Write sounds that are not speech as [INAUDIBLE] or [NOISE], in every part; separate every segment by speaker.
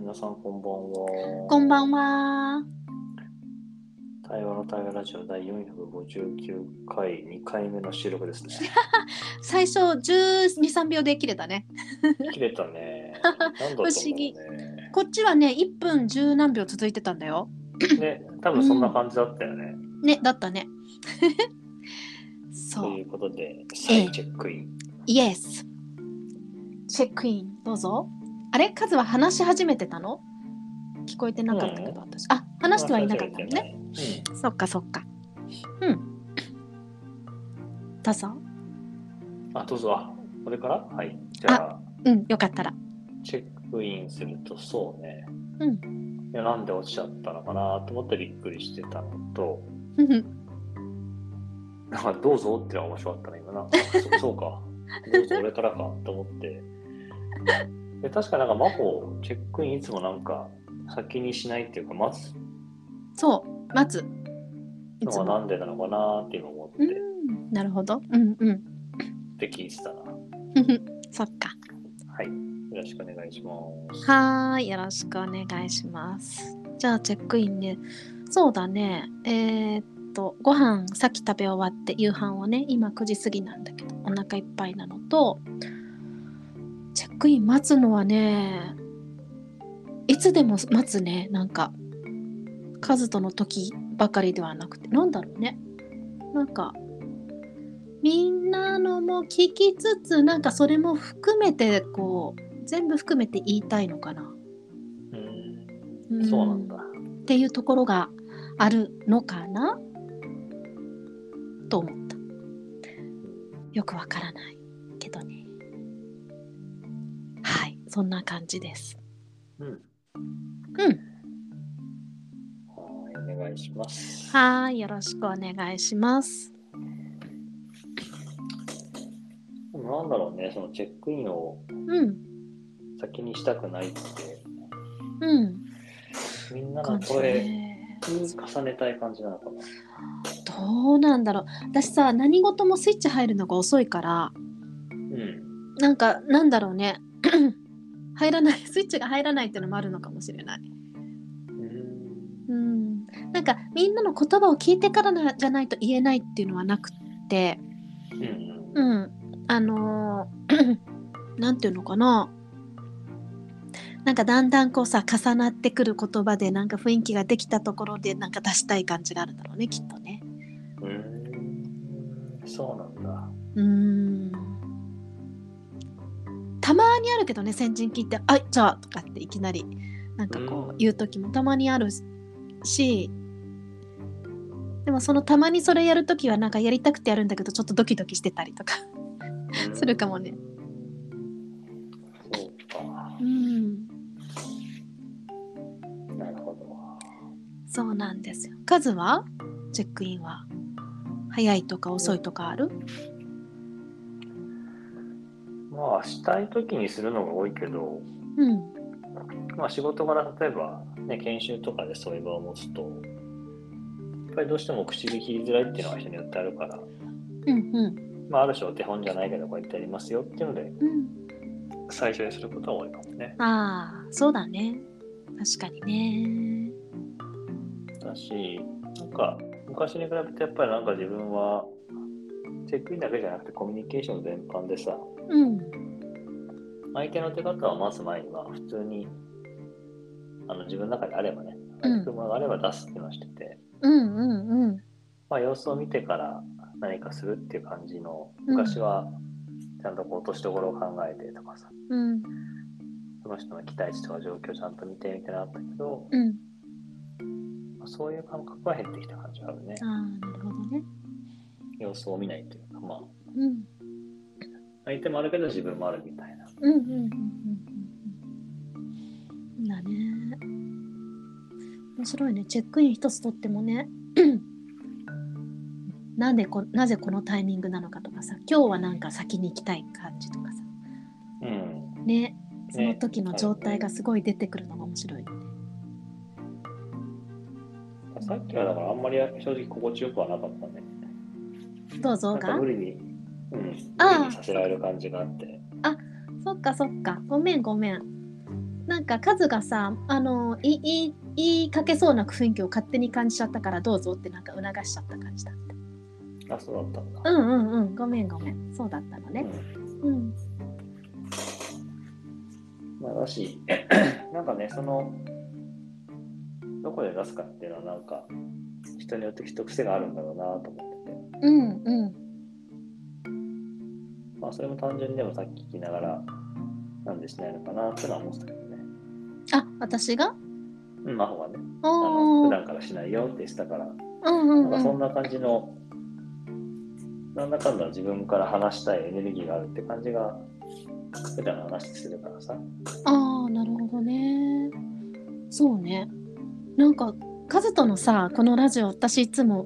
Speaker 1: 皆さんこんばんは。
Speaker 2: こんばんは。
Speaker 1: 対話の対話ラジオ第459回、2回目の収録です
Speaker 2: [LAUGHS]
Speaker 1: ね。
Speaker 2: 最初12、3秒で切れたね。
Speaker 1: 切れたね。なんだったんだろう
Speaker 2: [LAUGHS] 不思議
Speaker 1: ね。
Speaker 2: こっちはね、1分10何秒続いてたんだよ。
Speaker 1: ね、多分そんな感じだったよね。
Speaker 2: ね、だったね。 [LAUGHS]
Speaker 1: と
Speaker 2: そ、
Speaker 1: いううことで、再チェックイン。
Speaker 2: イエス。チェックイン、どうぞ。あれ、カズは話し始めてたの聞こえてなかったけど、私。あ、話してはいなかったの
Speaker 1: 話
Speaker 2: ね。
Speaker 1: してはいなかっ
Speaker 2: そっかそっか。うん。どう
Speaker 1: た
Speaker 2: ぞ。
Speaker 1: ね。うんあ、どうぞ。あ、これからはい。じゃあ、
Speaker 2: うん、よかったら。
Speaker 1: チェックインすると、そうね。
Speaker 2: うん。
Speaker 1: いや、なんで落ちちゃったのかなと思ってびっくりしてたのと、
Speaker 2: ふふ
Speaker 1: なんかどうぞってのは面白かったね、 [LAUGHS] 今な。そそうか。どうぞ俺からかと思って。で確かなんか真帆、チェックインいつもなんか先にしないっていうか、待つ
Speaker 2: そう、待つ。い
Speaker 1: の
Speaker 2: つ
Speaker 1: は
Speaker 2: も。
Speaker 1: なんでなのかなって今思って、
Speaker 2: うん、なるほど。うんうん。
Speaker 1: って聞いてたな。は
Speaker 2: ふふ [LAUGHS] そっか。
Speaker 1: い。よろしくお願いします。
Speaker 2: はーい、よろしくお願いします。じゃあ、チェックインね。そうだね。えーっと、ご飯さっき食べ終わって、夕飯をね、今9時過ぎなんだけど、お腹いっぱいなのと、チェックイン待つのはね、いつでも待つね、なんか、カズとの時ばかりではなくて、なんだろうね。なんか、みんなのも聞きつつ、なんかそれも含めて、こう、全部含めて言いたいのかな。
Speaker 1: うん、そうなんだ。
Speaker 2: っていうところがあるのかなと思った。よくわからないけどね。はい、そんな感じです。
Speaker 1: うん。
Speaker 2: うん、
Speaker 1: はい、お願いします。
Speaker 2: はーい、よろしくお願いします。
Speaker 1: でもなんだろうね、そのチェックインを
Speaker 2: うん、
Speaker 1: 先にしたくないって、
Speaker 2: うん、
Speaker 1: みんなの
Speaker 2: 感じだ
Speaker 1: 声
Speaker 2: ね。
Speaker 1: に重ねたい感じなのかな。
Speaker 2: どうなんだろう。私さ、何事もスイッチ入るのが遅いから、
Speaker 1: うん。
Speaker 2: なんかなんだろうね。 [CLEARS THROAT] 入らない、スイッチが入らないっていうのもあるのかもしれない。
Speaker 1: うん
Speaker 2: うん、なんかみんなの言葉を聞いてからなじゃないと言えないっていうのはなくって、
Speaker 1: うん
Speaker 2: う。ん、あのー [CLEARS THROAT] なんていうのかななんかだんだんこうさ重なってくる言葉でなんか雰囲気ができたところでなんか出したい感じがあるんだろうねきっとね。
Speaker 1: うーんそうなん
Speaker 2: うんたまにあるけどね先人聞いて「あじゃあ」とかっていきなりなんかこ
Speaker 1: うん
Speaker 2: う言う時もたまにあるしでもそのたまにそれやる時はなんかやりたくてやるんだけどちょっとドキドキしてたりとか
Speaker 1: だ。
Speaker 2: するかもね。
Speaker 1: そうか。
Speaker 2: うん
Speaker 1: なるほ
Speaker 2: そうなんですよ。数はチェックインは早いとか遅いとかある
Speaker 1: ど。まあ、したい時にするのが多いけど、
Speaker 2: うん
Speaker 1: まあ、仕事柄、例えば、ね、研修とかでそういう場を持つと、やっぱりどうしても口で切りづらいっていうのは人によってあるから、
Speaker 2: うんうん
Speaker 1: まあ、ある種お手本じゃないけど、こうやってやりますよっていうので、
Speaker 2: うん。
Speaker 1: 最初にすることは多いかもね。
Speaker 2: ああそうだね。確かにね。
Speaker 1: だし、なんか、昔に比べてやっぱりなんか自分は、チェックインだけじゃなくてコミュニケーション全般でさ、
Speaker 2: うん
Speaker 1: 相手の出方を待つ前には普通にあの自分の中であればね
Speaker 2: うん
Speaker 1: 車があれば出すっていうのはしてて、
Speaker 2: うんうんうん。
Speaker 1: まあ、様子を見てから何かするっていう感じの
Speaker 2: うん
Speaker 1: 昔はちゃんとこう落としどころを考えてとかさ
Speaker 2: うん
Speaker 1: その人の期待値とか状況をちゃんと見てみたいなのあったけど、
Speaker 2: うん。
Speaker 1: まあそういう感覚は減ってきた感じがあるね
Speaker 2: ああ、なるほどね。
Speaker 1: 様子を見ないというかまあ
Speaker 2: うん。
Speaker 1: 相手もあるけど自分もあるみたいな
Speaker 2: うんうんうんうんうん。だね。面白いね。チェックイン一つとってもね。なんでこなぜこのタイミングなのかとかさ今日はなんか先に行きたい感じとかさ
Speaker 1: うん
Speaker 2: ねその時の状態がすごい出てくるのが面白いね
Speaker 1: さっきはだからあんまり正直心地よくはなかったね
Speaker 2: どうぞ
Speaker 1: なんか
Speaker 2: が
Speaker 1: 無理に、うん、無理に
Speaker 2: ああ
Speaker 1: させられる感じがあって
Speaker 2: そっかそっかごめんごめんなんか数がさあのいいい言いかけそうな雰囲気を勝手に感じちゃったからどうぞってなんか促しちゃった感じだった
Speaker 1: あ、そうだったんだ。
Speaker 2: うんうんうんごめんごめんそうだったのねうん
Speaker 1: うんまあ、だし、 [CLEARS THROAT] なんかね、その、どこで出すかっていうのは、なんか、人によってきっと癖があるんだろうなと思ってて。
Speaker 2: うんうん
Speaker 1: まあ、それも単純にでもさっき聞きながら、なんでしないのかなっていうのは思ってたけどね。
Speaker 2: あ私が
Speaker 1: うん、真帆がね、あの
Speaker 2: お
Speaker 1: 普
Speaker 2: ー
Speaker 1: 段からしないよってしたから、
Speaker 2: うん
Speaker 1: なん
Speaker 2: うん
Speaker 1: か
Speaker 2: う
Speaker 1: そん
Speaker 2: ん
Speaker 1: な感じの、なんだかんだ自分から話したいエネルギーがあるって感じが、普段話するからさ。
Speaker 2: ああなるほどねそうねなんかカズとのさこのラジオ私いつも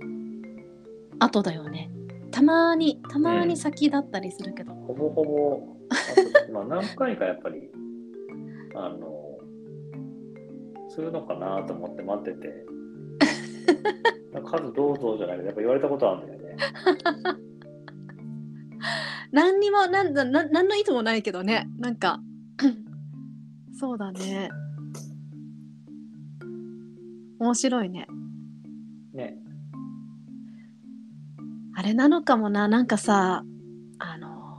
Speaker 2: 後だよねたまにたまに先だったりするけど、
Speaker 1: ほぼほ
Speaker 2: [LAUGHS]
Speaker 1: ぼ、あとまあ何回かやっぱり、あの、するのかなと思って待って
Speaker 2: [LAUGHS]
Speaker 1: て、なんか数どうぞじゃないけど、やっぱ言われたことあるんだよね。
Speaker 2: 何にもなんだな何の意図もないけどねなんかそうだね面白いね
Speaker 1: ね。
Speaker 2: あれなのかもななんかさあの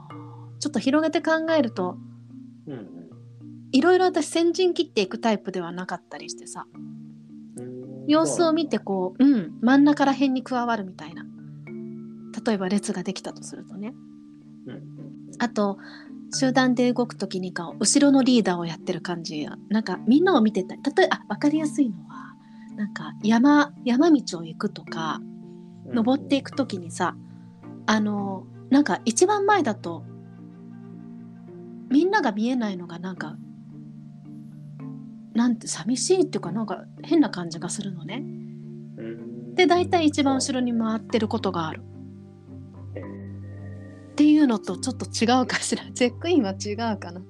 Speaker 2: ちょっと広げて考えると
Speaker 1: うん
Speaker 2: いろいろ私先陣切っていくタイプではなかったりしてさ
Speaker 1: うん。
Speaker 2: 様子を見て
Speaker 1: そ
Speaker 2: こううん真ん中ら辺に加わるみたいな例えば列ができたとするとね、
Speaker 1: うん
Speaker 2: あと集団で動く時にか後ろのリーダーをやってる感じやなんかみんなを見てた例えば分かりやすいのはなんか山山道を行くとか
Speaker 1: うなんだ、
Speaker 2: 登ってい
Speaker 1: く。
Speaker 2: く時にさあのなんか一番前だとみんなが見えないのがなんかなんて寂しいっていうかなんか変な感じがするのね。
Speaker 1: うん
Speaker 2: で大体一番後ろに回ってることがある
Speaker 1: へー
Speaker 2: っていうのとちょっと違うかしら [LAUGHS] チェックインは違うかな、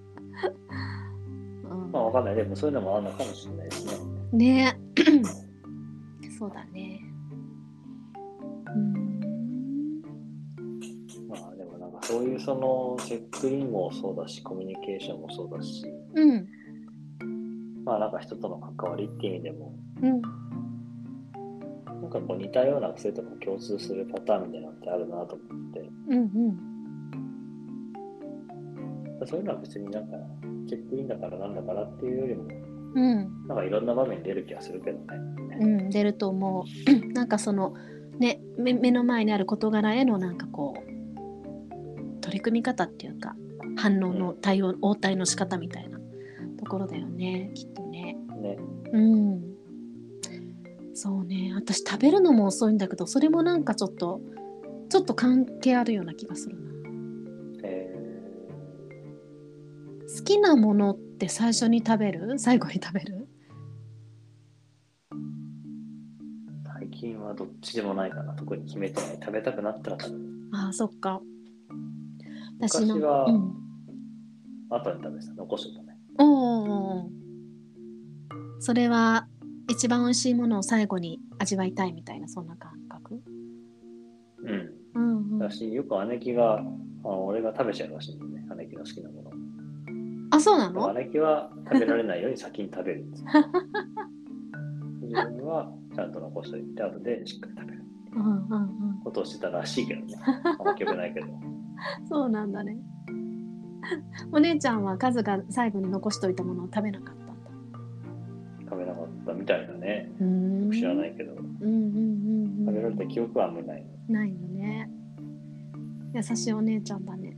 Speaker 2: うん
Speaker 1: まあわかんない。でもそういうのもあるのかもしれないですね。
Speaker 2: ね [COUGHS] そうだねうん
Speaker 1: まあでもなんかそういうそのチェックインもそうだし、コミュニケーションもそうだし、
Speaker 2: うん
Speaker 1: まあなんか人との関わりっていう意味でも、
Speaker 2: うん
Speaker 1: なんかこう似たような癖とか共通するパターンみたいなのってあるなと思って、
Speaker 2: うん
Speaker 1: そういうのは別になんかチェックインだからなんだからっていうよりも、
Speaker 2: うんうん
Speaker 1: なんかいろんな場面に出る気がするけどね。
Speaker 2: うん出ると思う [COUGHS] なんかそのね目目の前にある事柄へのなんかこう取り組み方っていうか反応の対応、応対の仕方みたいなところだよねきっとね。
Speaker 1: ね。
Speaker 2: うん。そうね。私食べるのも遅いんだけど、それもなんかちょっと、ちょっと関係あるような気がするな。
Speaker 1: え
Speaker 2: 好きなものって最初に食べる [LAUGHS] 最後に食べる
Speaker 1: ー、最近はどっちでもないかな。特に決めてない。食べたくなったら食べる。
Speaker 2: ああ、そっか。
Speaker 1: 昔
Speaker 2: なん
Speaker 1: は
Speaker 2: うん、
Speaker 1: 後に食べてた。残しとったね。
Speaker 2: おうおうおうそれは、一番美味しいものを最後に味わいたいみたいな、そんな感覚
Speaker 1: うん。
Speaker 2: うん、うん
Speaker 1: だ。し、よく姉貴が、あ俺が食べちゃうらしいんだよね。姉貴の好きなもの。
Speaker 2: あ、そうな
Speaker 1: でも
Speaker 2: の
Speaker 1: 姉貴は食べられないように先に食べるんです。自分はちゃんと残しておいて、後でしっかり食べる
Speaker 2: うんうんうん。
Speaker 1: ことをしてたらしいけどね。あんま記憶ないけど。 [LAUGHS]
Speaker 2: そうなんだね。 [LAUGHS] お姉ちゃんはカズが最後に残しといたものを食べなかったんだ。
Speaker 1: 食べなかったみたいだね。知
Speaker 2: 知。
Speaker 1: らないいけど、
Speaker 2: うんうんうん、うん。
Speaker 1: 食べられた記憶はあんまりない。
Speaker 2: ないよね。優しいお姉ちゃんだね。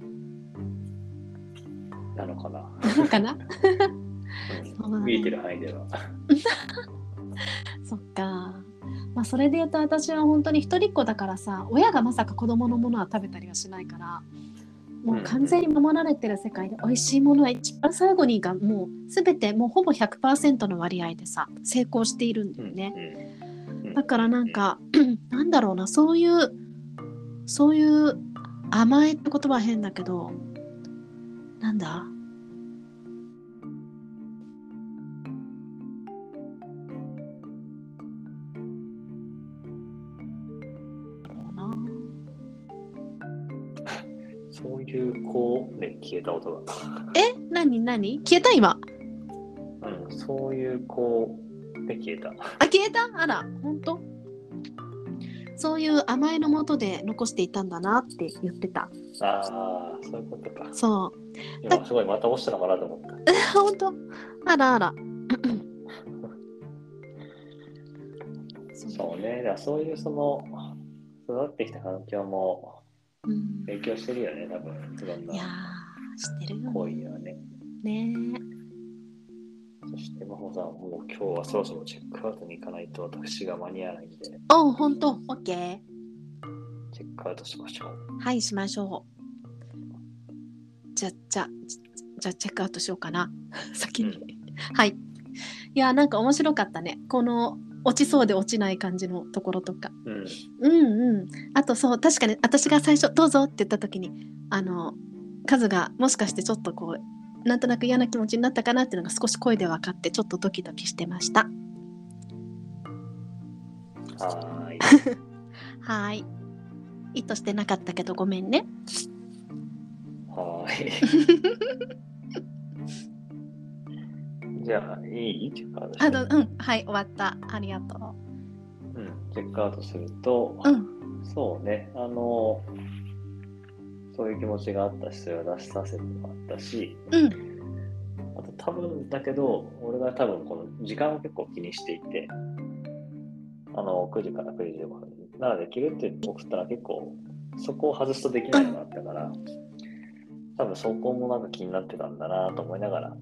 Speaker 1: なのかな。
Speaker 2: そうかな。 [LAUGHS]
Speaker 1: うん見えてる範囲では。
Speaker 2: そっか。まあそれで言うと私は本当に一人っ子だからさ、親がまさか子供のものは食べたりはしないから、もう完全に守られてる世界で美味しいものは一番最後にがもうすべてもうほぼ100%の割合でさ成功しているんだよね。
Speaker 1: うん。うん
Speaker 2: だからなんか、 [CLEARS THROAT] なんだろうな、そういう、そういう甘えって言葉は変だけど、なんだな
Speaker 1: そういう子で消えた音が。
Speaker 2: え何何消えた今
Speaker 1: うん、そういう子で消えた。
Speaker 2: あ消えたあら本当そういう甘えのもとで残していたんだなって言ってた
Speaker 1: ああ、そういうことか。
Speaker 2: そう
Speaker 1: 今すごいまた押したのかなと思った。
Speaker 2: 本当あらあら
Speaker 1: そうね、だからそういうその育ってきた環境も
Speaker 2: うん
Speaker 1: 影響してるよね、多分いろん
Speaker 2: いや
Speaker 1: な
Speaker 2: ー知ってるよ
Speaker 1: 行為はね。
Speaker 2: ね
Speaker 1: そして、真帆さん、もう今日はそろそろチェックアウトに行かないと私が間に合わないんで、
Speaker 2: お本当オッケー
Speaker 1: チェックアウトしましょう。
Speaker 2: はいしましょうじゃじゃじゃチェックアウトしようかな [LAUGHS] 先に、
Speaker 1: う
Speaker 2: はいいやなんか面白かったねこの落ちそうで落ちない感じのところとか
Speaker 1: うん。
Speaker 2: うんうんあとそう確かに私が最初「どうぞ」って言った時にあのカズがもしかしてちょっとこうなんとなく嫌な気持ちになったかなっていうのが少し声で分かってちょっとドキドキしてました
Speaker 1: はーい。
Speaker 2: はーい意図してなかったけどごめんね
Speaker 1: は [LAUGHS] ーい。じゃあ、いいっていうか、私
Speaker 2: あのうんはい終わったありがと
Speaker 1: うん、チェックアウトすると、
Speaker 2: ううん
Speaker 1: そうね、あの、そういう気持ちがあったし、それを出させてもらったし、
Speaker 2: うん
Speaker 1: あと多分だけど、俺が多分この時間を結構気にしていて、あの、9時から9時15分。ならできるって送ったら結構、そこを外すとできないのがあったから、多分そこもなんか気になってたんだなと思いながら、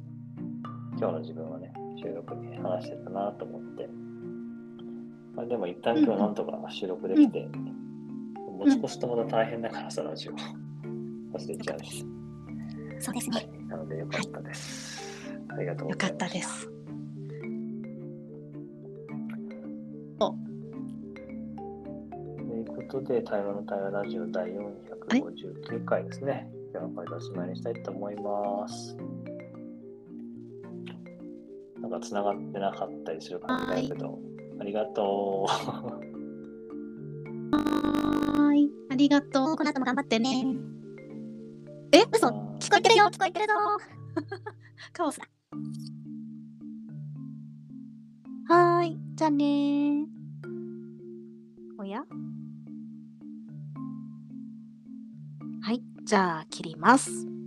Speaker 1: 今日の自分はね、収録に話してたなと思って、まあ、でも一旦今日なんとか収録できて、持ち越すとまた大変だからさ、ラジオ。忘れちゃうし。
Speaker 2: そうです
Speaker 1: は
Speaker 2: ね
Speaker 1: い、なので良かったです。ありがとうご
Speaker 2: よ
Speaker 1: ざ
Speaker 2: か
Speaker 1: い
Speaker 2: っ
Speaker 1: ま
Speaker 2: た
Speaker 1: す。
Speaker 2: です
Speaker 1: ということで、台湾の台湾ラジオ第459回ですね。今日はこれでおしまいにしたいと思います。なんか繋がってなかったりする感じだけど、ありがと
Speaker 2: はーいありがとうこの後も頑張ってねえ
Speaker 1: う。
Speaker 2: 嘘聞こえてるよ聞こえてるぞ [LAUGHS] カオスだはーいじゃあねーおやはいじゃあ切ります